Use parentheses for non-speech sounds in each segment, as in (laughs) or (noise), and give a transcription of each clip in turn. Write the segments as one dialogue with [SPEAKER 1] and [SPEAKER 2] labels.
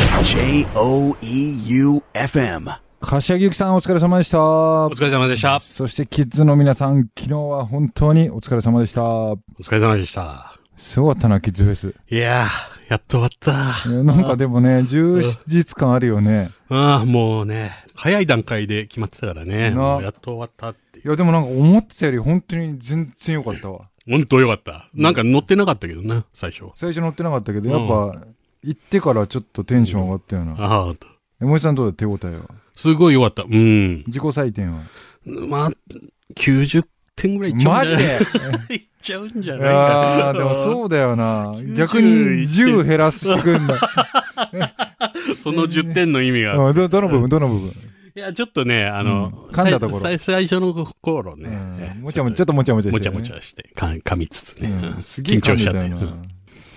[SPEAKER 1] E
[SPEAKER 2] J-O-E-U-F-M
[SPEAKER 3] 柏木由紀さんお疲れ様でした。
[SPEAKER 4] お疲れ様でした。
[SPEAKER 3] そしてキッズの皆さん、昨日は本当にお疲れ様でした。
[SPEAKER 4] お疲れ様でした。
[SPEAKER 3] すごかったな、キッズフェス。
[SPEAKER 4] いやー、やっと終わった。
[SPEAKER 3] いやなんかでもね、充実感あるよね。
[SPEAKER 4] ああ、もうね、早い段階で決まってたからね。
[SPEAKER 3] な
[SPEAKER 4] もうやっと終わったっていう。
[SPEAKER 3] いや、でもなんか思ってたより本当に全然良かったわ。
[SPEAKER 4] 本当よかった。なんか乗ってなかったけどな、最初。
[SPEAKER 3] 最初乗ってなかったけど、やっぱ、行ってからちょっとテンション上がったよな。
[SPEAKER 4] ああ、
[SPEAKER 3] えもえさんどうだ手応えは
[SPEAKER 4] すごいよかった。うん。
[SPEAKER 3] 自己採点は
[SPEAKER 4] まあ、90点ぐらいいっちゃう
[SPEAKER 3] マ
[SPEAKER 4] んじ
[SPEAKER 3] ジ
[SPEAKER 4] ゃな
[SPEAKER 3] (laughs)
[SPEAKER 4] い
[SPEAKER 3] で
[SPEAKER 4] いっちゃうんじゃ
[SPEAKER 3] い
[SPEAKER 4] ないか
[SPEAKER 3] やー、でもそうだよな。逆に10減らしてくんだ。
[SPEAKER 4] な。 (laughs) その10点の意味が。
[SPEAKER 3] うんどどの部分どの部分
[SPEAKER 4] いや、ちょっとね、あの
[SPEAKER 3] う、ん噛んだところ
[SPEAKER 4] さい最初の頃
[SPEAKER 3] う
[SPEAKER 4] ね。
[SPEAKER 3] ん
[SPEAKER 4] ね
[SPEAKER 3] もちゃもちゃ、ちょっともちゃもちゃして
[SPEAKER 4] も
[SPEAKER 3] るね
[SPEAKER 4] ちゃもちゃして、か噛みつつね。
[SPEAKER 3] (laughs) うんすげえ
[SPEAKER 4] 緊張しちゃっ
[SPEAKER 3] 噛
[SPEAKER 4] て。
[SPEAKER 3] んで
[SPEAKER 4] う
[SPEAKER 3] たよなん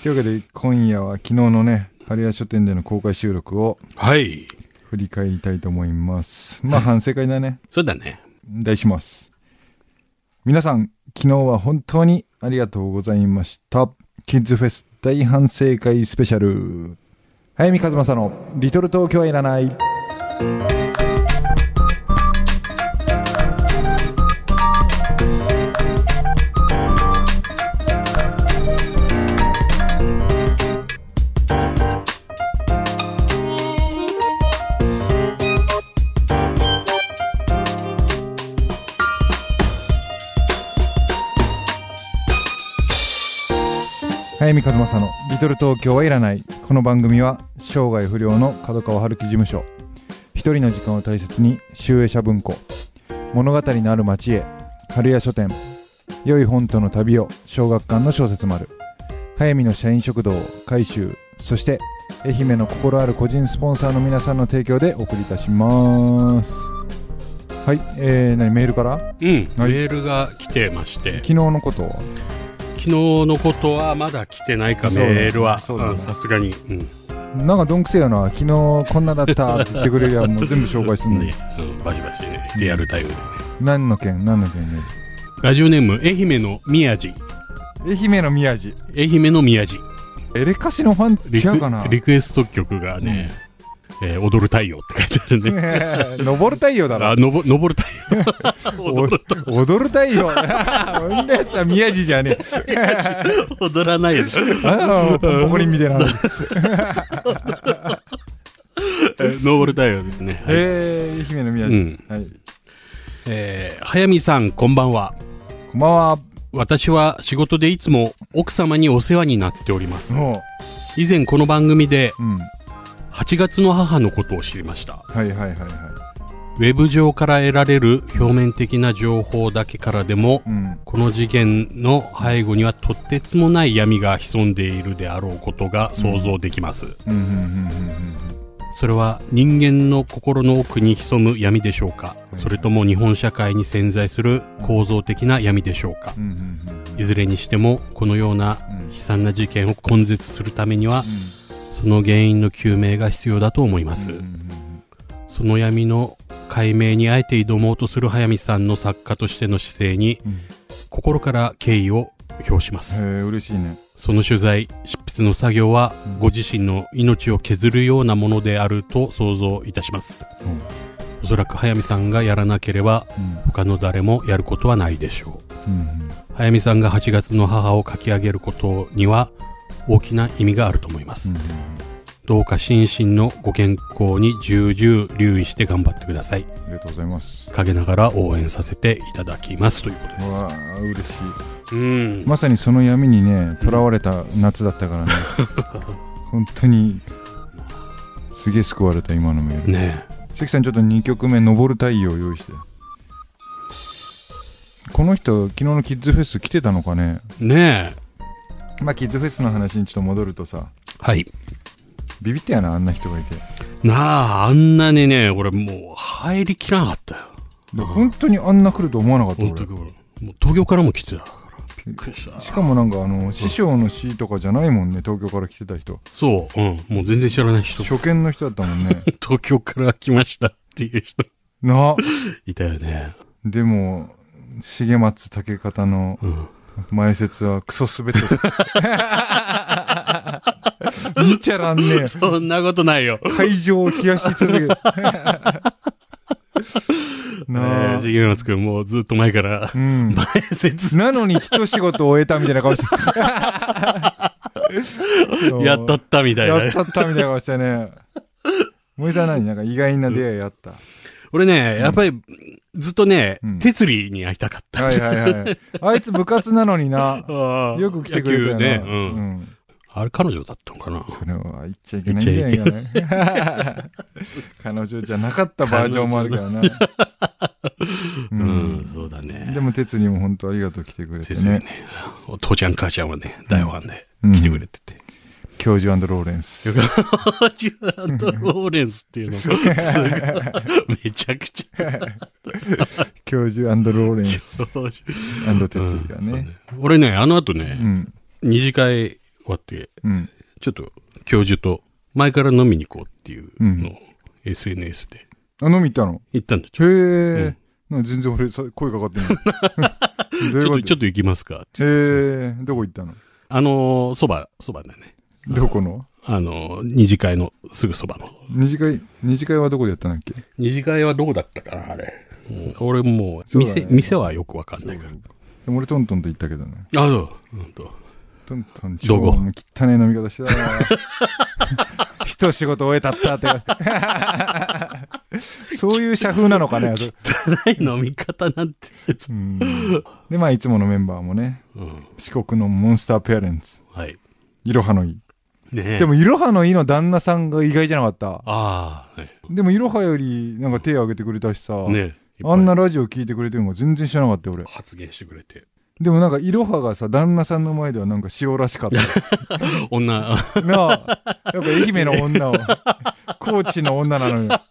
[SPEAKER 3] というわけで今夜は昨日のね春屋書店での公開収録を
[SPEAKER 4] はい。
[SPEAKER 3] 振り返りたいと思いますまあ反省会だね
[SPEAKER 4] そうだね。
[SPEAKER 3] 題します皆さん昨日は本当にありがとうございましたキッズフェス大反省会スペシャル早見和正の「リトル東京はいらない」早見和正の「リトル東京はいらない」この番組は生涯不良の角川春樹事務所一人の時間を大切に集英社文庫物語のある町へ春屋書店良い本との旅を小学館の小説丸早見の社員食堂改修そして愛媛の心ある個人スポンサーの皆さんの提供でお送りいたしますはいえー、何メールから
[SPEAKER 4] うん、
[SPEAKER 3] はい
[SPEAKER 4] メールが来てまして
[SPEAKER 3] 昨日のことを
[SPEAKER 4] 昨日のことはまだ来てないか
[SPEAKER 3] そうだね
[SPEAKER 4] メールは
[SPEAKER 3] そうだね
[SPEAKER 4] うんさすがに、うん
[SPEAKER 3] なんかどんくせえよな昨日こんなだったって言ってくれりゃもう全部紹介すんのに
[SPEAKER 4] (laughs) ねうんバシバシねリアルタイムでね、
[SPEAKER 3] 何の件何の件ね
[SPEAKER 4] ラジオネーム愛媛の宮地
[SPEAKER 3] 愛媛の宮地
[SPEAKER 4] 愛媛の宮地
[SPEAKER 3] エレカシのファン違うかな
[SPEAKER 4] リクエスト曲がね、えー踊る太陽って書いてあるね
[SPEAKER 3] 登る太陽だろ
[SPEAKER 4] あのぼ登る太陽踊る
[SPEAKER 3] お踊る太陽 (laughs) うんなやつは宮地じゃねえ
[SPEAKER 4] 踊らない
[SPEAKER 3] (laughs)
[SPEAKER 4] です、え
[SPEAKER 3] あのポンポコリンみたいな
[SPEAKER 4] (laughs)
[SPEAKER 3] の
[SPEAKER 4] ー登る太陽ですね、はい
[SPEAKER 3] えー愛媛の宮地、
[SPEAKER 4] うん
[SPEAKER 3] はい、
[SPEAKER 4] えー早見さんこんばんは
[SPEAKER 3] こんばんは
[SPEAKER 4] 私は仕事でいつも奥様にお世話になっております
[SPEAKER 3] も
[SPEAKER 4] 以前この番組で
[SPEAKER 3] ううん
[SPEAKER 4] 8月の母のことを知りました
[SPEAKER 3] はいはいはいは
[SPEAKER 4] ウェブ上から得られる表面的な情報だけからでも
[SPEAKER 3] いうん
[SPEAKER 4] この事件の背後にはとてつもない闇が潜んでいるであろうことが想像できます、
[SPEAKER 3] うんうんうんうんうん
[SPEAKER 4] それは人間の心の奥に潜む闇でしょうかそれとも日本社会に潜在する構造的な闇でしょうか
[SPEAKER 3] うんうんうん
[SPEAKER 4] いずれにしてもこのような
[SPEAKER 3] うん
[SPEAKER 4] 悲惨な事件を根絶するためにはその原因の究明が必要だと思います、
[SPEAKER 3] うんうんうん
[SPEAKER 4] その闇の解明にあえて挑もうとする早見さんの作家としての姿勢に
[SPEAKER 3] うん
[SPEAKER 4] 心から敬意を表しま
[SPEAKER 3] え
[SPEAKER 4] す。
[SPEAKER 3] ー嬉しいね
[SPEAKER 4] その取材、執筆の作業は
[SPEAKER 3] うん
[SPEAKER 4] ご自身の命を削るようなものであると想像いたします。
[SPEAKER 3] うん
[SPEAKER 4] おそらく早見さんがやらなければ
[SPEAKER 3] うん
[SPEAKER 4] 他の誰もやることはないでしょう。
[SPEAKER 3] うんうん
[SPEAKER 4] 早見さんが8月の母を書き上げることには大きな意味があると思います。
[SPEAKER 3] う
[SPEAKER 4] どうか心身のご健康に重々留意して頑張ってください。
[SPEAKER 3] んありがとうございます
[SPEAKER 4] 陰ながら応援させていただきますということで
[SPEAKER 3] う
[SPEAKER 4] す。
[SPEAKER 3] わあ嬉しい
[SPEAKER 4] うん。
[SPEAKER 3] まさにその闇にね囚われた夏だったからね本当にすげえ救われた今のメール
[SPEAKER 4] ねえ
[SPEAKER 3] 関さんちょっと2曲目「昇る太陽」用意してこの人昨日のキッズフェス来てたのかね
[SPEAKER 4] ねえ。
[SPEAKER 3] まあキッズフェスの話にちょっと戻るとさ
[SPEAKER 4] はい。
[SPEAKER 3] ビビったよなあんな人がいて
[SPEAKER 4] なあ、あんなにね、俺もう入りきらなかったよ。
[SPEAKER 3] で本当にあんな来ると思わなかった
[SPEAKER 4] 本当に
[SPEAKER 3] 俺
[SPEAKER 4] 俺。もう東京からも来てたから。びっくりした。
[SPEAKER 3] しかもなんかあの師匠の師とかじゃないもんね東京から来てた人
[SPEAKER 4] そう。うん。もう全然知らない (laughs) 人。
[SPEAKER 3] 初見の人だったもんね (laughs)
[SPEAKER 4] 東京から来ましたっていう人。
[SPEAKER 3] なあ
[SPEAKER 4] いたよね。
[SPEAKER 3] でも重松武方の
[SPEAKER 4] うん。
[SPEAKER 3] 前説はクソすべてだ (laughs) 見ちゃらんねえ
[SPEAKER 4] そんなことないよ。
[SPEAKER 3] 会場を冷やし続ける。 (laughs)
[SPEAKER 4] え
[SPEAKER 3] な
[SPEAKER 4] ー、
[SPEAKER 3] あ。
[SPEAKER 4] 重松くんもうずっと前から
[SPEAKER 3] うん。
[SPEAKER 4] 前説
[SPEAKER 3] なのに一仕事終えたみたいな顔して
[SPEAKER 4] (laughs) やったったみたい
[SPEAKER 3] や
[SPEAKER 4] な
[SPEAKER 3] っ。たったみたいな顔してね。森さん何なんか意外な出会いやった。
[SPEAKER 4] 俺ね、やっぱりずっとね
[SPEAKER 3] うん、
[SPEAKER 4] 哲理に会いたかった。
[SPEAKER 3] はいはいはい。あいつ部活なのにな。
[SPEAKER 4] あー
[SPEAKER 3] よく来てくれたよ
[SPEAKER 4] 野
[SPEAKER 3] な。
[SPEAKER 4] 球ね。
[SPEAKER 3] う
[SPEAKER 4] うん。
[SPEAKER 3] ん。
[SPEAKER 4] あれ彼女だったのかな
[SPEAKER 3] それは言っちゃいけないんじゃないかね。彼女じゃなかったバージョンもあるからな。う
[SPEAKER 4] うんん、そうだね。
[SPEAKER 3] でも、哲にも本当ありがとう来てくれて
[SPEAKER 4] 哲理
[SPEAKER 3] ね。
[SPEAKER 4] ね。お父ちゃん母ちゃんはね、台湾で
[SPEAKER 3] うん
[SPEAKER 4] 来てくれてて。
[SPEAKER 3] 教授ローレンス。
[SPEAKER 4] ジュアンド・ローレンスって
[SPEAKER 3] (laughs)
[SPEAKER 4] いうの、すごい。めちゃくちゃ。
[SPEAKER 3] 教授ローレンス
[SPEAKER 4] そう
[SPEAKER 3] 哲理が
[SPEAKER 4] そう
[SPEAKER 3] ね。
[SPEAKER 4] 俺ね、あの後
[SPEAKER 3] う
[SPEAKER 4] ね、
[SPEAKER 3] ん。
[SPEAKER 4] 二次会終わって、
[SPEAKER 3] うん。
[SPEAKER 4] ちょっと教授と前から飲みに行こうっていうのを SNS で
[SPEAKER 3] あ、飲み行ったの
[SPEAKER 4] 行ったんだちょ
[SPEAKER 3] へえ。なんか全然俺さ、声かかって (laughs) ない。どうい
[SPEAKER 4] ち
[SPEAKER 3] う
[SPEAKER 4] ょ
[SPEAKER 3] こと
[SPEAKER 4] っと、ちょっと行きますか。
[SPEAKER 3] へえ。どこ行ったの
[SPEAKER 4] あのー、そば、そばだね。
[SPEAKER 3] どこの
[SPEAKER 4] あのー、二次会のすぐそばの。
[SPEAKER 3] 二次会、二次会はどこでやったんだっけ
[SPEAKER 4] 二次会はどこだったかな、あれ。うん俺もう、
[SPEAKER 3] そうだね
[SPEAKER 4] 店、店はよくわかんないから。
[SPEAKER 3] でも俺トントンと行ったけどね。
[SPEAKER 4] あ、そう。うんと。
[SPEAKER 3] トントン
[SPEAKER 4] どこ
[SPEAKER 3] 超もう汚い飲み方してたな
[SPEAKER 4] (laughs)
[SPEAKER 3] 一仕事終えたったって。
[SPEAKER 4] (laughs)
[SPEAKER 3] そういう社風なのかね。
[SPEAKER 4] ない飲み方なんて。
[SPEAKER 3] うんで、まあ、いつものメンバーもね、
[SPEAKER 4] うん。
[SPEAKER 3] 四国のモンスターペアレンツ、
[SPEAKER 4] はい。
[SPEAKER 3] いろはのい。
[SPEAKER 4] ねえ。
[SPEAKER 3] でも、いろはのいの旦那さんが意外じゃなかった。
[SPEAKER 4] ああ、ね
[SPEAKER 3] でも、いろはよりなんか手挙げてくれたしさ、
[SPEAKER 4] ねえいっぱい
[SPEAKER 3] あんなラジオ聞いてくれてるのが全然知らなかったよ、俺。
[SPEAKER 4] 発言してくれて。
[SPEAKER 3] でも、なんか、いろはがさ、旦那さんの前ではなんか塩らしかった。
[SPEAKER 4] 女、 (laughs)
[SPEAKER 3] なあ。やっぱ愛媛の女は、高知の女なのよ。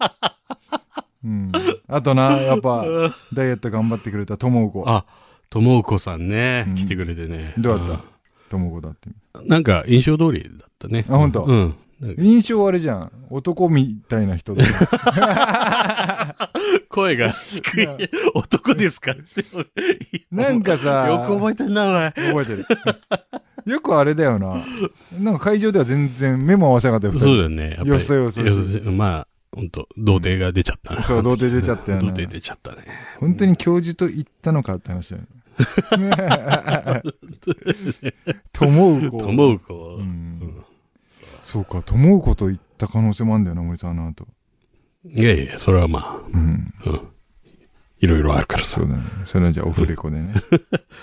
[SPEAKER 3] うん。あとな、やっぱ、ダイエット頑張ってくれたともうこ。
[SPEAKER 4] あ、ともうこさんね
[SPEAKER 3] うん、
[SPEAKER 4] 来てくれてね。
[SPEAKER 3] どうだったともこだって。
[SPEAKER 4] たなんか印象通りだったね。
[SPEAKER 3] あ本当
[SPEAKER 4] うん。なんか
[SPEAKER 3] 印象あれじゃん。男みたいな
[SPEAKER 4] (laughs)
[SPEAKER 3] 人だよ。
[SPEAKER 4] 声が低い
[SPEAKER 3] うん
[SPEAKER 4] 男ですかって。
[SPEAKER 3] なんかさ、
[SPEAKER 4] よく覚えてんな、お前。
[SPEAKER 3] 覚えてる。よくあれだよな。なんか会場では全然目も合わせなかったよ、二人
[SPEAKER 4] そうだよね。やっぱり
[SPEAKER 3] よそよそし
[SPEAKER 4] よそまあ、本当童貞が出ちゃったな。
[SPEAKER 3] そう、童貞出ちゃったよ
[SPEAKER 4] 童
[SPEAKER 3] な。
[SPEAKER 4] 貞出ちゃったね。
[SPEAKER 3] 本当に教授と言ったのかって話だよ (laughs) ね。ともうこ。
[SPEAKER 4] ともうこ
[SPEAKER 3] う。
[SPEAKER 4] うん
[SPEAKER 3] んそうか、と思うこと言った可能性もあるんだよな、森さん、あの後。
[SPEAKER 4] いやいや、それはま
[SPEAKER 3] うん。
[SPEAKER 4] あ、うん。いろいろあるからさ
[SPEAKER 3] そう。だね。それはじゃあオフレコでね。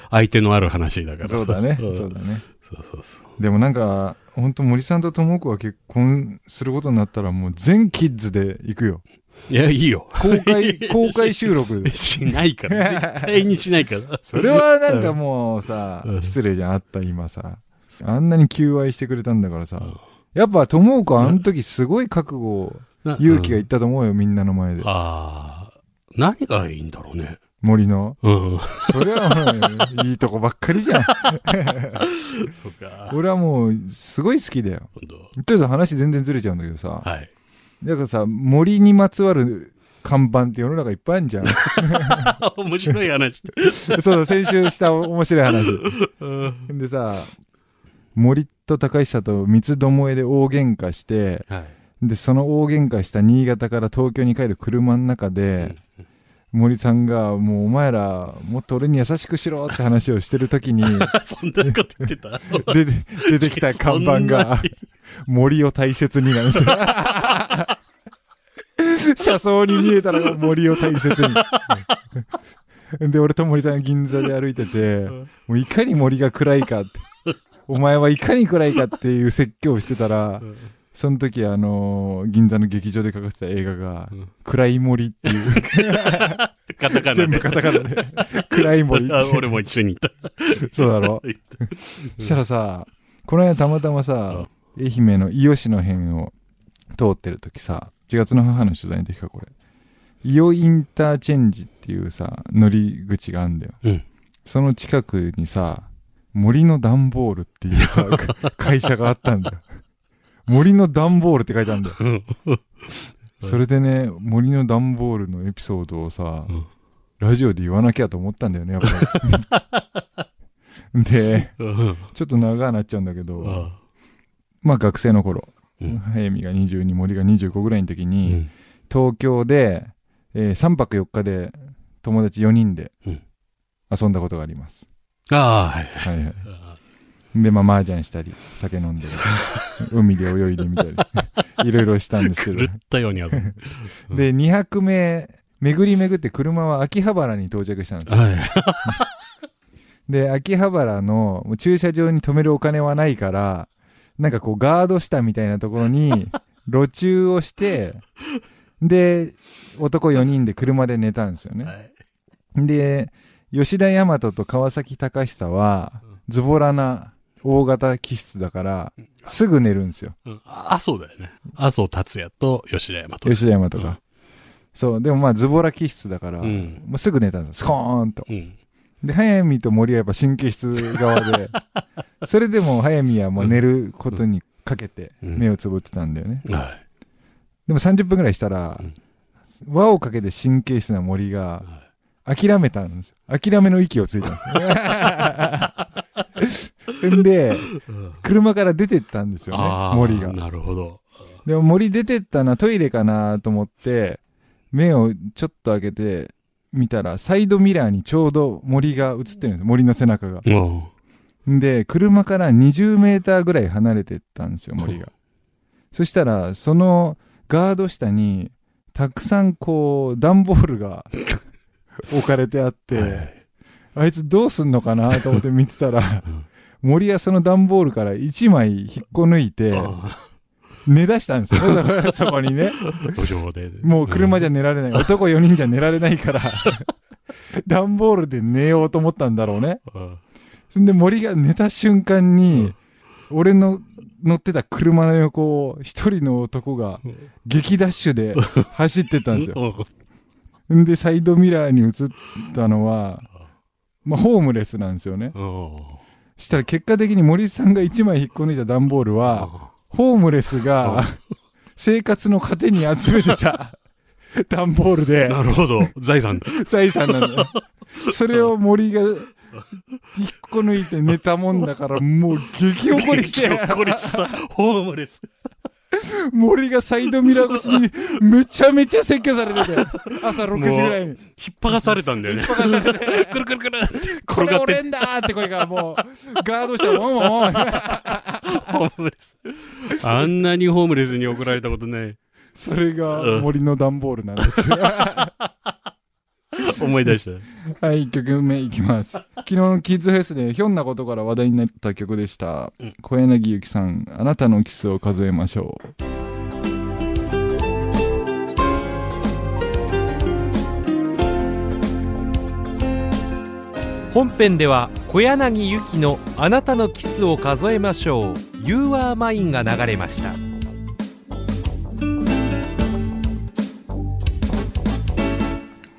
[SPEAKER 4] 相手のある話だから
[SPEAKER 3] (laughs)
[SPEAKER 4] さ
[SPEAKER 3] そうだね。
[SPEAKER 4] うん
[SPEAKER 3] そうだね。
[SPEAKER 4] そうそうそう。
[SPEAKER 3] でもなんか、本当森さんとともこが結婚することになったらもう全キッズで行くよ。
[SPEAKER 4] いや、いいよ。
[SPEAKER 3] 公 (laughs) 開、公開収録。
[SPEAKER 4] しないから。
[SPEAKER 3] (laughs)
[SPEAKER 4] 絶対にしないから。
[SPEAKER 3] それはなんかもうさ
[SPEAKER 4] う、ん
[SPEAKER 3] 失礼じゃん、あった今さ。あんなに求愛してくれたんだからさ
[SPEAKER 4] うん。
[SPEAKER 3] やっぱともこあの時すごい覚悟、
[SPEAKER 4] な
[SPEAKER 3] 勇気が
[SPEAKER 4] う
[SPEAKER 3] い
[SPEAKER 4] ん
[SPEAKER 3] ったと思うよ、みんなの前で。
[SPEAKER 4] ああ、何がいいんだろうね。
[SPEAKER 3] 森の。
[SPEAKER 4] うん。
[SPEAKER 3] それはもう、いいとこばっかりじゃん。
[SPEAKER 4] そうか。
[SPEAKER 3] 俺はもう、すごい好きだよ。
[SPEAKER 4] 今度。
[SPEAKER 3] とりあえず話全然ずれちゃうんだけどさ。
[SPEAKER 4] はい。 (laughs)
[SPEAKER 3] だからさ、森にまつわる看板って世の中いっぱいあるじゃん。
[SPEAKER 4] (laughs) あ面白い話。
[SPEAKER 3] そう、先週した面白い話。
[SPEAKER 4] うん
[SPEAKER 3] でさ、森と高久と三つどもえで大喧嘩して、
[SPEAKER 4] はい。
[SPEAKER 3] で、その大喧嘩した新潟から東京に帰る車の中で、森さんが、もうお前ら、もっと俺に優しくしろって話をしてる時
[SPEAKER 4] (laughs)
[SPEAKER 3] に、
[SPEAKER 4] そんなこと言っ
[SPEAKER 3] (laughs)
[SPEAKER 4] てた
[SPEAKER 3] 出て出てきた看板が、森を大切になん
[SPEAKER 4] (laughs)
[SPEAKER 3] ですよ。車窓に見えたら森を大切に。で、俺と森さん銀座で歩いてて、もういかに森が暗いかって、お前はいかに暗いかっていう説教をしてたら、その時あのー銀座の劇場でかかってた映画が、
[SPEAKER 4] うん
[SPEAKER 3] 暗い森っていう、
[SPEAKER 4] カタカナで。
[SPEAKER 3] 全部カタカナ
[SPEAKER 4] (laughs)
[SPEAKER 3] で、暗い森って
[SPEAKER 4] あ俺も一緒にいた。
[SPEAKER 3] そうだろ (laughs) したらさ、この間たまたまさ、愛媛の伊予市の辺を通ってる時さ、1月の母の取材の時か、これ。伊予インターチェンジっていうさ、乗り口があんだよ。
[SPEAKER 4] うん
[SPEAKER 3] その近くにさ、森の段ボールっていうさ、 (laughs) 会社があったんだよ。森の段ボールって書いてあるんだよ。それでね、森の段ボールのエピソードをさ、
[SPEAKER 4] うん
[SPEAKER 3] ラジオで言わなきゃと思ったんだよね、やっぱり。で、
[SPEAKER 4] うん (laughs)
[SPEAKER 3] ちょっと長くなっちゃうんだけど、
[SPEAKER 4] あ
[SPEAKER 3] まあ学生の頃、
[SPEAKER 4] うん
[SPEAKER 3] 早見が22森が25ぐらいの時
[SPEAKER 4] う
[SPEAKER 3] に、
[SPEAKER 4] ん
[SPEAKER 3] 東京で、え3泊4日で友達4人で
[SPEAKER 4] うん
[SPEAKER 3] 遊んだことがあります、
[SPEAKER 4] ああ、はい。
[SPEAKER 3] はいはいでまあ麻雀したり酒
[SPEAKER 4] (laughs)
[SPEAKER 3] 飲んで海で泳いでみたりいろいろしたんですけ
[SPEAKER 4] 狂
[SPEAKER 3] ど
[SPEAKER 4] ったようにやる。うん
[SPEAKER 3] で2泊目巡り巡って車は秋葉原に到着したんですよ
[SPEAKER 4] はい。
[SPEAKER 3] で秋葉原のもう駐車場に止めるお金はないからなんかこうガード下みたいなところ
[SPEAKER 4] (laughs)
[SPEAKER 3] に路駐をしてで男4人で車で寝たんですよね、
[SPEAKER 4] はい
[SPEAKER 3] で吉田大和と川崎隆久はズボラな大型気質だからすぐ寝るんですよ
[SPEAKER 4] うん麻生だよね。麻生達也と吉田山と。
[SPEAKER 3] 吉田大和が、
[SPEAKER 4] うん
[SPEAKER 3] そうでもまあズボラ気質だから、
[SPEAKER 4] うん
[SPEAKER 3] もうすぐ寝たんですよスコーンと
[SPEAKER 4] うん。
[SPEAKER 3] で早見と森はやっぱ神経質側
[SPEAKER 4] (laughs)
[SPEAKER 3] でそれでも早見はもう寝ることにかけて
[SPEAKER 4] うん
[SPEAKER 3] 目をつぶってたんだよね、
[SPEAKER 4] は
[SPEAKER 3] でも30分ぐらいしたら、輪をかけて神経質な森
[SPEAKER 4] い。
[SPEAKER 3] が
[SPEAKER 4] はい
[SPEAKER 3] 諦めたんです諦めの息をついたんです
[SPEAKER 4] (laughs)
[SPEAKER 3] んで
[SPEAKER 4] うん
[SPEAKER 3] 車から出てったんですよ
[SPEAKER 4] ああ、
[SPEAKER 3] ね森が
[SPEAKER 4] なるほど。
[SPEAKER 3] でも森出てったなトイレかなと思って目をちょっと開けて見たらサイドミラーにちょうど森が映ってるんです森の背中が
[SPEAKER 4] うん。
[SPEAKER 3] で、車から20メーターぐらい離れてったんですよ、森が。そしたら、そのガード下に、たくさんこう、段ボール
[SPEAKER 4] (laughs)
[SPEAKER 3] が置かれてあって、
[SPEAKER 4] はい
[SPEAKER 3] あいつどうすんのかなと思って見てたら
[SPEAKER 4] うん、
[SPEAKER 3] 森はその段ボールから1枚引っこ抜いて、
[SPEAKER 4] あ
[SPEAKER 3] 寝出したんです
[SPEAKER 4] (laughs)
[SPEAKER 3] よ、そそこにね。
[SPEAKER 4] あ路上で。
[SPEAKER 3] もう車じ
[SPEAKER 4] ゃ、
[SPEAKER 3] ゃ寝られない。男4人じゃ寝られない
[SPEAKER 4] (laughs)
[SPEAKER 3] から、段ボールで寝ようと思ったんだろうね。
[SPEAKER 4] うん
[SPEAKER 3] そんで森が寝た瞬間に、俺の乗ってた車の横を一人の男が
[SPEAKER 4] うん
[SPEAKER 3] 激ダッシュ
[SPEAKER 4] (laughs)
[SPEAKER 3] で走ってったんですよ。
[SPEAKER 4] うん
[SPEAKER 3] んでサイドミラーに映ったのは、まあ、ホームレスなんですよね。
[SPEAKER 4] うん
[SPEAKER 3] したら結果的に森さんが1枚引っこ抜いた段ボールは、ホームレスが生活の糧に集めてた (laughs) 段ボールで
[SPEAKER 4] なるほど。財産。
[SPEAKER 3] 財産なんだ
[SPEAKER 4] (laughs)
[SPEAKER 3] よ。それを森が引っこ抜いて寝たもんだから、もう激怒りして。
[SPEAKER 4] ほっこりした。ホームレス。
[SPEAKER 3] 森がサイドミラー越しにめちゃめちゃ説教されてて、朝6時ぐらいに。
[SPEAKER 4] 引っ張らされたんだよね。くるくるくるって
[SPEAKER 3] これ
[SPEAKER 4] 転がっ
[SPEAKER 3] 俺
[SPEAKER 4] て、
[SPEAKER 3] んだーって声がもう、ガードして、おんおんおん。
[SPEAKER 4] ホームレス。あんなにホームレスに怒られたことない。
[SPEAKER 3] それが森の段ボールなん
[SPEAKER 4] (laughs)
[SPEAKER 3] です。
[SPEAKER 4] 思い出した。
[SPEAKER 3] はい、1曲目いきます。昨日のキッズフェスでひょんなことから話題になった曲でした。小柳ゆきさん、あなたのキスを数えましょう。
[SPEAKER 2] 本編では小柳ゆきの「あなたのキスを数えましょう」「You are mine」が流れました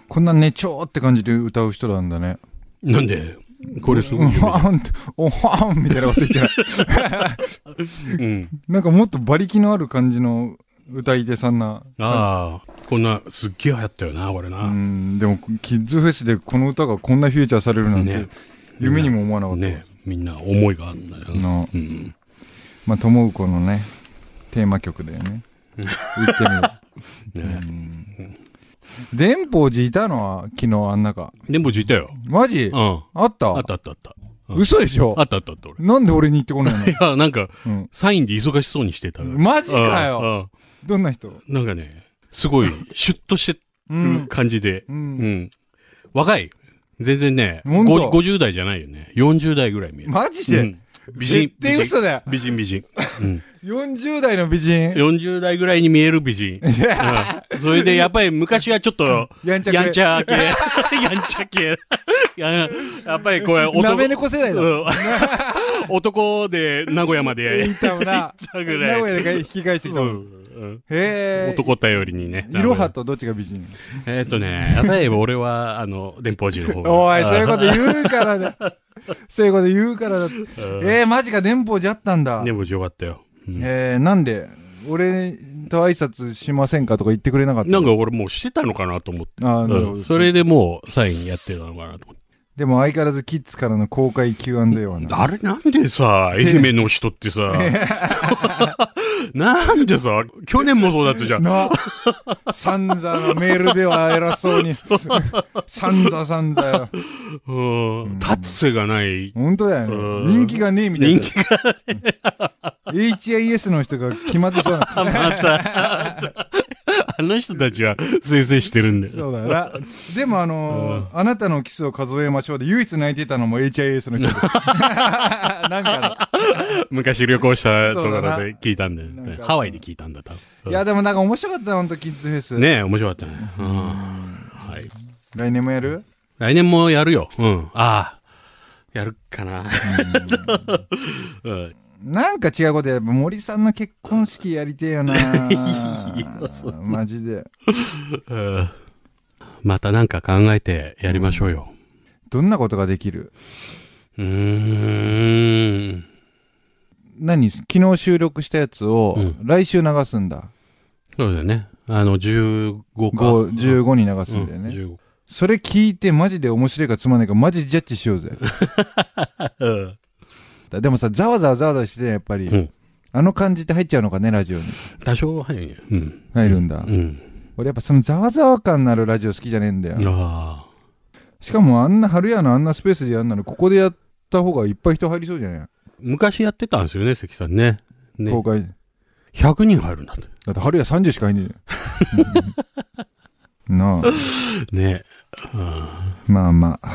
[SPEAKER 3] こんなねちょーって感じで歌う人なんだね。
[SPEAKER 4] なんで、これす
[SPEAKER 3] う
[SPEAKER 4] ごい有名
[SPEAKER 3] わーんって、おはーんみたいなこと言ってない。
[SPEAKER 4] うん。
[SPEAKER 3] なんかもっと馬力のある感じの歌い手さんな。
[SPEAKER 4] ああ、こんな、すっげえ流行ったよな、これ
[SPEAKER 3] う
[SPEAKER 4] な。
[SPEAKER 3] ん、でも、キッズフェスでこの歌がこんなフィーチャーされるなんて
[SPEAKER 4] ね、
[SPEAKER 3] 夢にも思わなかったで
[SPEAKER 4] ね
[SPEAKER 3] す。
[SPEAKER 4] みんな思いがあるんだよな。
[SPEAKER 3] の、
[SPEAKER 4] うん。
[SPEAKER 3] まあ、ともうこのね、テーマ曲だよね。言ってみる。
[SPEAKER 4] (laughs) ね
[SPEAKER 3] 電報寺いたのは昨日あん中。
[SPEAKER 4] でも、いたよ。
[SPEAKER 3] マジ
[SPEAKER 4] うん。
[SPEAKER 3] あった
[SPEAKER 4] あったあったあった。うん
[SPEAKER 3] 嘘でしょ
[SPEAKER 4] あったあったあった、俺。
[SPEAKER 3] なんで俺に言ってこないの
[SPEAKER 4] いや、なんか、
[SPEAKER 3] うん
[SPEAKER 4] サインで忙しそうにしてたから。
[SPEAKER 3] マジかよ
[SPEAKER 4] よ
[SPEAKER 3] どんな人
[SPEAKER 4] なんかね、すごい、シュッとして
[SPEAKER 3] う
[SPEAKER 4] る
[SPEAKER 3] ん。
[SPEAKER 4] 感じで。
[SPEAKER 3] う
[SPEAKER 4] うんん。若い。全然ね、
[SPEAKER 3] ほんと
[SPEAKER 4] ご50代じゃないよね。40代ぐらい見える。
[SPEAKER 3] マジで、
[SPEAKER 4] うん美人。
[SPEAKER 3] 絶対嘘だよ
[SPEAKER 4] 美人美人。美人うん。
[SPEAKER 3] 40代の美人。
[SPEAKER 4] 40代ぐらいに見える美
[SPEAKER 3] (laughs)
[SPEAKER 4] 人。うんそれで、やっぱり昔はちょっと、
[SPEAKER 3] やんちゃくれ
[SPEAKER 4] やんちゃ系。 (laughs) やんちゃ系。ややっぱりこれ、
[SPEAKER 3] なめ猫世代だ。
[SPEAKER 4] うん (laughs) 男で名古屋まで
[SPEAKER 3] いたもな。
[SPEAKER 4] 行った
[SPEAKER 3] 名
[SPEAKER 4] ぐらい。
[SPEAKER 3] 古屋で引き返してきた
[SPEAKER 4] う
[SPEAKER 3] も
[SPEAKER 4] ん
[SPEAKER 3] ん。
[SPEAKER 4] うん
[SPEAKER 3] へえ。
[SPEAKER 4] 男頼りにね。
[SPEAKER 3] いろはとどっちが美人
[SPEAKER 4] えーっとね、例えば俺は、あの、電報寺の方
[SPEAKER 3] (laughs)
[SPEAKER 4] が。
[SPEAKER 3] おい、そういうこと言うから
[SPEAKER 4] (laughs)
[SPEAKER 3] だ。そういうこと言うからだ。えー、マジか、電報じゃったんだ。
[SPEAKER 4] 電報寺よかったよ。うん
[SPEAKER 3] えー、なんで、俺と挨拶しませんかとか言ってくれなかった
[SPEAKER 4] なんか俺もうしてたのかなと思って。
[SPEAKER 3] あーなるほど
[SPEAKER 4] うんそれでもうサインやってたのかなと思って。
[SPEAKER 3] でも相変わらずキッズからの公開 Q&A はな
[SPEAKER 4] あれなんでさ、愛媛の人っ
[SPEAKER 3] (laughs)
[SPEAKER 4] てさ、なんでさ、去年もそうだったじゃん。 (laughs)
[SPEAKER 3] な、散々のメールでは偉そう
[SPEAKER 4] (laughs)
[SPEAKER 3] に。散々散々よ。
[SPEAKER 4] うん。立つ瀬がない。
[SPEAKER 3] 本当だよ
[SPEAKER 4] う
[SPEAKER 3] ね。人
[SPEAKER 4] ん
[SPEAKER 3] 気がねえみたいな。人気が HIS の人が決まってそうな。
[SPEAKER 4] あの人たちは生成してるんだよ。
[SPEAKER 3] そうだよな。でもあのーあなたのキスを数えましょうで唯一泣いてたのも HIS
[SPEAKER 4] (laughs)
[SPEAKER 3] の人で。なんか
[SPEAKER 4] 昔旅行したとこ
[SPEAKER 3] そう
[SPEAKER 4] ろ
[SPEAKER 3] だな
[SPEAKER 4] で聞いたんだよ
[SPEAKER 3] なん
[SPEAKER 4] ね。
[SPEAKER 3] か
[SPEAKER 4] ハワイで聞いたんだ、多
[SPEAKER 3] の。
[SPEAKER 4] 分。
[SPEAKER 3] いや、でもなんか面白かったよ、ほんと、キッズフェス。
[SPEAKER 4] ねえ、面白かったね。うん。はい。
[SPEAKER 3] 来年もやる
[SPEAKER 4] 来年もやるよ。うん。ああ。やるかな。うん。
[SPEAKER 3] なんか違うことやっぱ森さんの結婚式やりてえよなマジで。
[SPEAKER 4] うんまたなんか考えてやりましょうよ。
[SPEAKER 3] どんなことができる
[SPEAKER 4] うーん。
[SPEAKER 3] 何昨日収録したやつを
[SPEAKER 4] うん
[SPEAKER 3] 来週流すんだ。
[SPEAKER 4] そうだよね。あの、15か。
[SPEAKER 3] 5 15に流すんだよ
[SPEAKER 4] うん
[SPEAKER 3] ね。
[SPEAKER 4] 15
[SPEAKER 3] それ聞いてマジで面白いかつまんないかマジジャッジしよ
[SPEAKER 4] (laughs)
[SPEAKER 3] うぜ。
[SPEAKER 4] うん
[SPEAKER 3] でもさ、ざわざわざわざわして、やっぱり、
[SPEAKER 4] うん
[SPEAKER 3] あの感じって入っちゃうのかね、ラジオに。
[SPEAKER 4] 多少早いね。うん。
[SPEAKER 3] 入るんだ。
[SPEAKER 4] うん。
[SPEAKER 3] 俺やっぱそのざわざわ感のあるラジオ好きじゃねえんだよ。
[SPEAKER 4] ああ。
[SPEAKER 3] しかもあんな春屋のあんなスペースでやんなら、ここでやった方がいっぱい人入りそうじゃね
[SPEAKER 4] 昔やってたんですよね、関さんね。
[SPEAKER 3] え
[SPEAKER 4] ね。
[SPEAKER 3] 公開。
[SPEAKER 4] 100人入るんだって。
[SPEAKER 3] だって春屋30しか入んねえ (laughs) なあ。
[SPEAKER 4] ね。うん
[SPEAKER 3] まあまあ。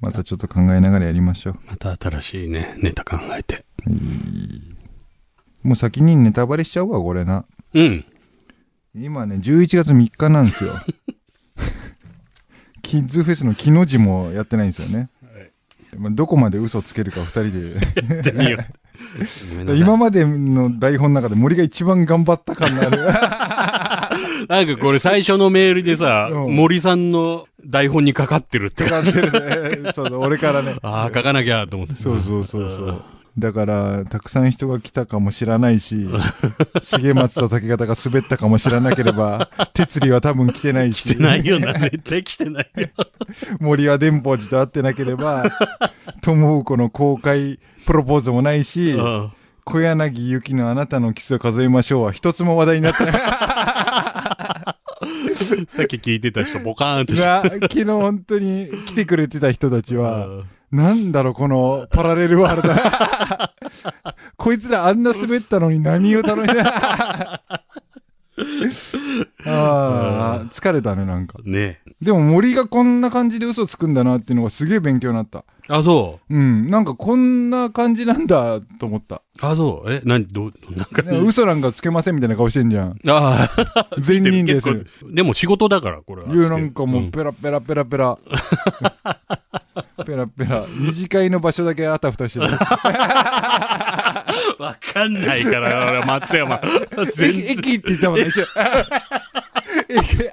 [SPEAKER 3] またちょっと考えながらやりましょう。
[SPEAKER 4] また新しいね、ネタ考えて。
[SPEAKER 3] もう先にネタバレしちゃうわ、これな。
[SPEAKER 4] うん。
[SPEAKER 3] 今ね、11月3日なんですよ。 (laughs) キッズフェスの木の字もやってないんですよね。まあ、どこまで嘘つけるか2人で。
[SPEAKER 4] やってみよ
[SPEAKER 3] (laughs)
[SPEAKER 4] う。
[SPEAKER 3] 今までの台本の中で森が一番頑張った感のあ
[SPEAKER 4] (laughs)
[SPEAKER 3] る。
[SPEAKER 4] なんかこれ最初のメールでさ、
[SPEAKER 3] うん
[SPEAKER 4] 森さんの台本にかかってるって。
[SPEAKER 3] 感じるね。そうそう俺からね。
[SPEAKER 4] ああ、書かなきゃと思って。
[SPEAKER 3] そうそうそうそう。だから、たくさん人が来たかもしらない
[SPEAKER 4] (laughs)
[SPEAKER 3] し、重松と竹方が滑ったかもしらなければ、哲理は多分来てないし。
[SPEAKER 4] 来てないよな、 (laughs) 絶対来てないよ。
[SPEAKER 3] 森は電報寺と会ってなけれ
[SPEAKER 4] (laughs)
[SPEAKER 3] ば、友子の公開プロポーズもないし、
[SPEAKER 4] うん
[SPEAKER 3] 小柳ゆきのあなたのキスを数えましょうは一つも話題になってない。
[SPEAKER 4] さっき聞いてた人、ボカーンってして (laughs)
[SPEAKER 3] な昨日本当に来てくれてた人たちは、
[SPEAKER 4] うん
[SPEAKER 3] なんだろうこのパラレル
[SPEAKER 4] (laughs)
[SPEAKER 3] ワールド。こいつらあんな滑ったのに何を
[SPEAKER 4] (laughs)
[SPEAKER 3] 頼みな。ああ、疲れたね、なんか。
[SPEAKER 4] ねえ。
[SPEAKER 3] でも森がこんな感じで嘘つくんだなっていうのがすげえ勉強になった。
[SPEAKER 4] あ、そ
[SPEAKER 3] うん、なんかこんな感じなんだと思
[SPEAKER 4] (laughs)
[SPEAKER 3] った。
[SPEAKER 4] う。あ、そう。え、何、どう、なんか、
[SPEAKER 3] 嘘なんかつけませんみたいな顔してんじゃ
[SPEAKER 4] (laughs)
[SPEAKER 3] ん。
[SPEAKER 4] ああ、
[SPEAKER 3] 善人です。い
[SPEAKER 4] 結構でも仕事だから、これは。
[SPEAKER 3] うなんかも
[SPEAKER 4] ん
[SPEAKER 3] うペラペラペラペラ。ペラペラ。二次会の場所だけあたふたしてる。
[SPEAKER 4] (laughs) わかんないから、俺、松山。 (laughs) 全
[SPEAKER 3] 駅
[SPEAKER 4] 然。
[SPEAKER 3] 駅って言ったもんね、一緒。
[SPEAKER 4] 駅って。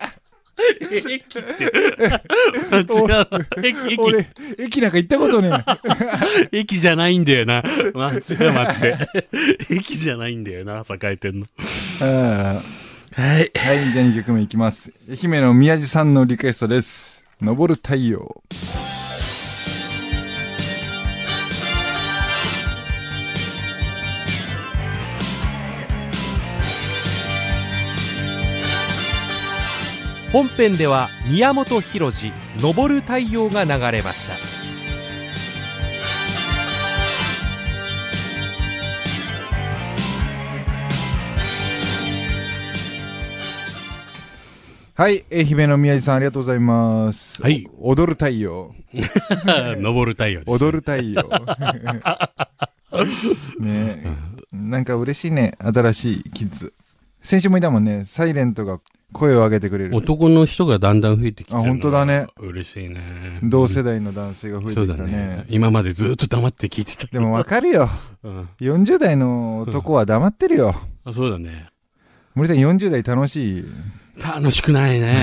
[SPEAKER 4] 松山。駅、駅、
[SPEAKER 3] 俺、駅なんか行ったことねえ。
[SPEAKER 4] 駅じゃないんだよな。松山って。駅じゃないんだよな、栄え
[SPEAKER 3] (laughs)
[SPEAKER 4] てんの。 (laughs)
[SPEAKER 3] あ
[SPEAKER 4] はい。
[SPEAKER 3] ーはい、じゃあ2曲目いきます。愛媛の宮地さんのリクエストです。昇る太陽。
[SPEAKER 2] 本編では宮本浩次昇る太陽が流れました
[SPEAKER 3] はい、愛媛の宮地さんありがとうございます。
[SPEAKER 4] はい
[SPEAKER 3] お。踊る太陽。
[SPEAKER 4] 登る太陽です。
[SPEAKER 3] 踊る太陽。ねえ。なんか嬉しいね、新しいキッズ。先週もいたもんね、サイレントが声を上げてくれる。
[SPEAKER 4] 男の人がだんだん増えてきてるのが
[SPEAKER 3] あ本当だね。
[SPEAKER 4] 嬉しいね。
[SPEAKER 3] 同世代の男性が増えて
[SPEAKER 4] そう
[SPEAKER 3] き
[SPEAKER 4] だ
[SPEAKER 3] たね。
[SPEAKER 4] ね。今までずっと黙って聞いてた。
[SPEAKER 3] でもわかるよ。
[SPEAKER 4] うん
[SPEAKER 3] 40代の男は黙ってるよ。
[SPEAKER 4] あそうだね。
[SPEAKER 3] 森さん40代楽しい。
[SPEAKER 4] 楽しくな
[SPEAKER 3] (laughs)
[SPEAKER 4] いね。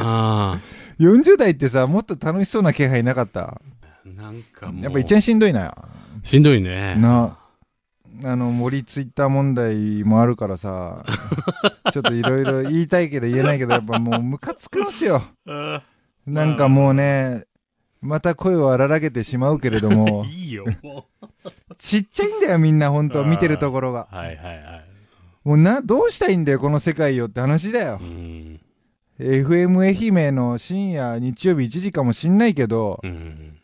[SPEAKER 4] あ
[SPEAKER 3] 40代ってさ、もっと楽しそうな気配なかった。
[SPEAKER 4] あ。なんかもう。
[SPEAKER 3] やっぱ一番しんどいな。
[SPEAKER 4] しんどいね。
[SPEAKER 3] な。あの、森ツイッター問題もあるから
[SPEAKER 4] (laughs)
[SPEAKER 3] さ、ちょっといろいろ
[SPEAKER 4] (laughs)
[SPEAKER 3] 言いたいけど言えないけど、やっぱもうムカつくんすよ。
[SPEAKER 4] あ
[SPEAKER 3] なんかもうね、また声を荒らげてしまうけれども
[SPEAKER 4] (laughs) (laughs) いいよ、もう。
[SPEAKER 3] ちっちゃいんだよみんな本
[SPEAKER 4] あ
[SPEAKER 3] 当
[SPEAKER 4] ー
[SPEAKER 3] 見てるところが
[SPEAKER 4] はいはいはい。
[SPEAKER 3] もうなどうしたいんだよこの世界よって話だよ
[SPEAKER 4] う、ん。
[SPEAKER 3] FM 愛媛の深夜日曜日1時かもしんないけど
[SPEAKER 4] う、ん。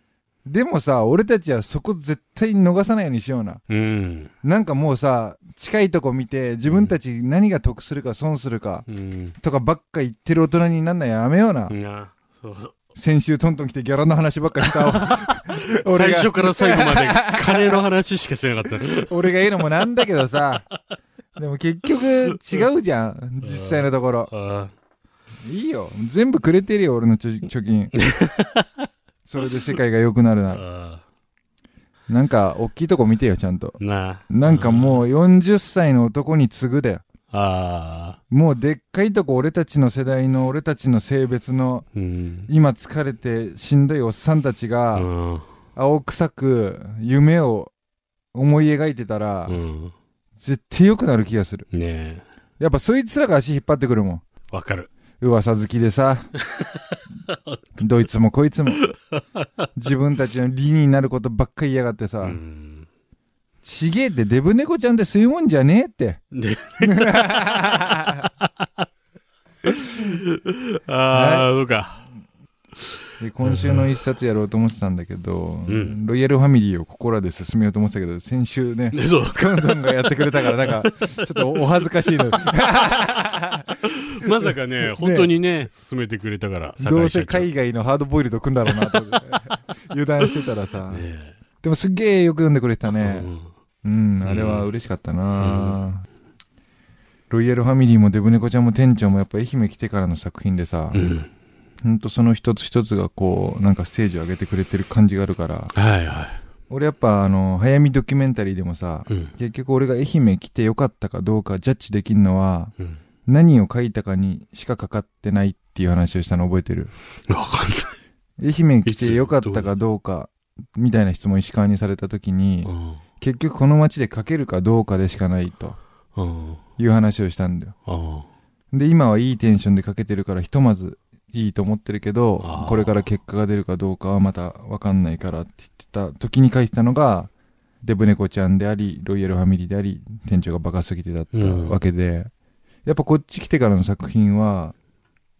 [SPEAKER 3] でもさ俺たちはそこ絶対に逃さないようにしような
[SPEAKER 4] うん。
[SPEAKER 3] なんかもうさ近いとこ見て自分たち何が得するか損するか
[SPEAKER 4] うん。
[SPEAKER 3] とかばっか言ってる大人になんないやめような、
[SPEAKER 4] な、そうそう。
[SPEAKER 3] 先週トントン来てギャラの話ばっかした
[SPEAKER 4] (laughs) 最初から最後まで金の話しかしてなかった。
[SPEAKER 3] (laughs) 俺が言うのもなんだけどさ。でも結局違うじゃん。実際のところ。
[SPEAKER 4] あ
[SPEAKER 3] いいよ。全部くれてるよ、俺の貯貯
[SPEAKER 4] (laughs)
[SPEAKER 3] 金。それで世界が良くなるなら。
[SPEAKER 4] あ。
[SPEAKER 3] なんか、大きいとこ見てよ、ちゃんと。
[SPEAKER 4] なあ。
[SPEAKER 3] なんかもう40歳の男に次ぐだよ。
[SPEAKER 4] ああ。
[SPEAKER 3] もうでっかいとこ俺たちの世代の俺たちの性別の
[SPEAKER 4] うん。
[SPEAKER 3] 今疲れてしんどいおっさんたち
[SPEAKER 4] う
[SPEAKER 3] が
[SPEAKER 4] ん。
[SPEAKER 3] 青臭く夢を思い描いてたら
[SPEAKER 4] うん。
[SPEAKER 3] 絶対良くなる気がする。
[SPEAKER 4] ねえ。
[SPEAKER 3] やっぱそいつらが足引っ張ってくるもん。
[SPEAKER 4] わかる。
[SPEAKER 3] 噂好きで
[SPEAKER 4] (laughs)
[SPEAKER 3] さどいつもこいつも自分たちの理になることばっかり言いやがってさ、
[SPEAKER 4] うん。
[SPEAKER 3] ちげえってデブ猫ちゃんってそういうもんじゃねえって
[SPEAKER 4] で、ああ、そうか。
[SPEAKER 3] で今週の一冊やろうと思ってたんだけど、
[SPEAKER 4] うん
[SPEAKER 3] ロイヤルファミリーをここらで進めようと思ってたけど先週ね
[SPEAKER 4] で、そう。
[SPEAKER 3] カントンがやってくれたからなんかちょっとお恥ずかしい
[SPEAKER 4] (laughs)
[SPEAKER 3] の
[SPEAKER 4] まさかね、本当にね、進めてくれたから、
[SPEAKER 3] ど
[SPEAKER 4] 坂
[SPEAKER 3] う
[SPEAKER 4] 井社
[SPEAKER 3] せ
[SPEAKER 4] 長。ね
[SPEAKER 3] 海外のハードボイルド組んだろうなと思って油断してたらさ、
[SPEAKER 4] え
[SPEAKER 3] でもすっげえよく読んでくれてたね、
[SPEAKER 4] うん
[SPEAKER 3] うん、あれは嬉しかったな、ロイヤルファミリーもデブ猫ちゃんも店長もやっぱ愛媛来てからの作品でさ、
[SPEAKER 4] うん。
[SPEAKER 3] ほんとその一つ一つがこう、なんかステージを上げてくれてる感じがあるから、
[SPEAKER 4] はいは
[SPEAKER 3] 俺やっぱあの、早見ドキュメンタリーでもさ、
[SPEAKER 4] い。うん。
[SPEAKER 3] 結局俺が愛媛来てよかったかどうかジャッジできるのは、
[SPEAKER 4] うん。
[SPEAKER 3] 何を書いたかにしかかかってないっていう話をしたの覚えてる。
[SPEAKER 4] わかん
[SPEAKER 3] 愛媛来てよかったかどうか、みたいな質問石川にされた時に
[SPEAKER 4] な、い。
[SPEAKER 3] 結局この街で書けるかどうかでしかないと。
[SPEAKER 4] うん。うん。
[SPEAKER 3] いう話をしたんだよ。
[SPEAKER 4] うん。
[SPEAKER 3] で、今はいいテンションでかけてるから、ひとまずいいと思ってるけ
[SPEAKER 4] あ
[SPEAKER 3] ど
[SPEAKER 4] ー、
[SPEAKER 3] これから結果が出るかどうかはまたわかんないからって言ってた時に書いてたのが、デブ猫ちゃんであり、ロイヤルファミリーであり、店長がバカすぎてだった
[SPEAKER 4] うん
[SPEAKER 3] わけで、やっぱこっち来てからの作品は、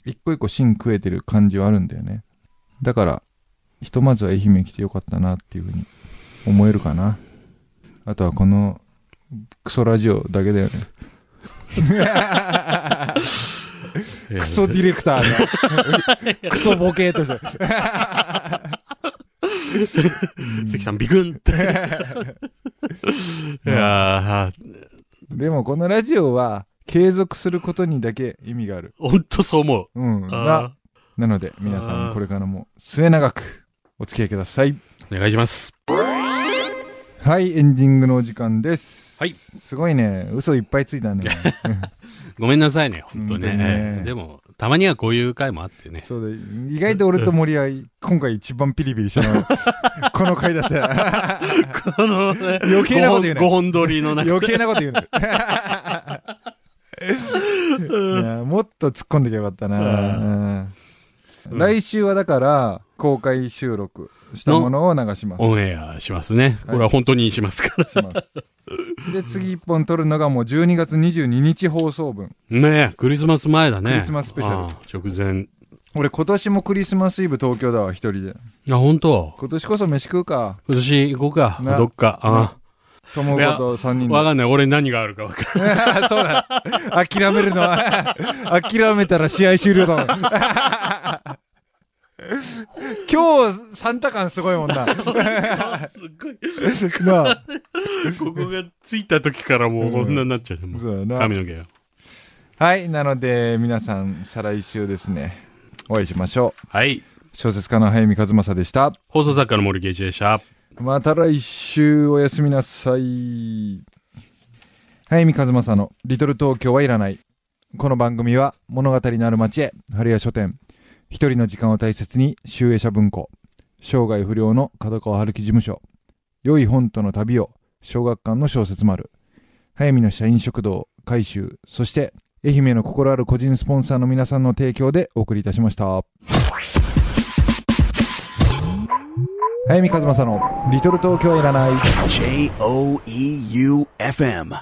[SPEAKER 3] 一個一個芯食えてる感じはあるんだよね。だから、ひとまずは愛媛来てよかったなっていうふうに思えるかな。あとはこの、クソラジオだけだよね。
[SPEAKER 4] え
[SPEAKER 3] (laughs)
[SPEAKER 4] え
[SPEAKER 3] クソディレクターが。 (laughs) クソボケーとして。
[SPEAKER 4] 関さん、ビクン
[SPEAKER 3] (laughs)
[SPEAKER 4] って。いやー、
[SPEAKER 3] でもこのラジオは継続することにだけ意味がある。
[SPEAKER 4] ほんとそう思う。
[SPEAKER 3] うん。な
[SPEAKER 4] あ
[SPEAKER 3] なので皆
[SPEAKER 4] あ
[SPEAKER 3] さ
[SPEAKER 4] ー
[SPEAKER 3] んこれからも末永くお付き合いください。
[SPEAKER 4] ーお願いします。
[SPEAKER 3] はい、エンディングのお時間です。
[SPEAKER 4] はい
[SPEAKER 3] すごいね。嘘いっぱいついた (laughs) ね。
[SPEAKER 4] ごめんなさいね、ほんとね。
[SPEAKER 3] うんね
[SPEAKER 4] ええでも、たまにはこういう回もあってね。
[SPEAKER 3] そうだ。意外と俺と森は今回一番ピリピリしたの。 (laughs) この回だったよ。
[SPEAKER 4] この、ね、
[SPEAKER 3] 余計なこと言うね
[SPEAKER 4] 5本撮りの
[SPEAKER 3] (laughs)
[SPEAKER 4] 中。
[SPEAKER 3] 余計なこと言うね。 (laughs) いやもっと突っ込んできゃよかったな、うん来週はだから公開収録したものを流します。
[SPEAKER 4] オンエアしますね。これは本当にしますから。
[SPEAKER 3] しますで次1本撮るのがもう12月22日放送分
[SPEAKER 4] ねえ、クリスマス前だね。
[SPEAKER 3] クリスマススペシャル
[SPEAKER 4] あー直前。
[SPEAKER 3] 俺今年もクリスマスイブ東京だわ一人で
[SPEAKER 4] あ、本当
[SPEAKER 3] 今年こそ飯食うか
[SPEAKER 4] 今年行こうか。
[SPEAKER 3] な
[SPEAKER 4] どっか。あ
[SPEAKER 3] 友子と3
[SPEAKER 4] ー
[SPEAKER 3] 人
[SPEAKER 4] わ
[SPEAKER 3] で
[SPEAKER 4] かんない。俺何があるかわかんない。
[SPEAKER 3] そうだ (laughs) 諦めるのは (laughs) 諦めたら試合終了だもん (laughs) 今日サンタ感すごいもん
[SPEAKER 4] (laughs)
[SPEAKER 3] な
[SPEAKER 4] すっごい。
[SPEAKER 3] なあ
[SPEAKER 4] ここがついた時からもうこんなになっちゃうね。もう
[SPEAKER 3] そうだな
[SPEAKER 4] 髪の毛が。
[SPEAKER 3] はい、なので皆さん再来週ですね、お会いしましょ
[SPEAKER 4] はい。
[SPEAKER 3] う。小説家の早見和正でした。
[SPEAKER 4] 放送作家の森圭一でした。
[SPEAKER 3] また来週おやすみなさい。早見和正のリトル東京はいらない。この番組は物語のある街へ、春屋書店。一人の時間を大切に、集英社文庫。生涯不良の角川春樹事務所。良い本との旅を、小学館の小説丸。早見の社員食堂、改修。そして、愛媛の心ある個人スポンサーの皆さんの提供でお送りいたしました。早見和正の「リトル東京はいらない」
[SPEAKER 1] J O E U F M.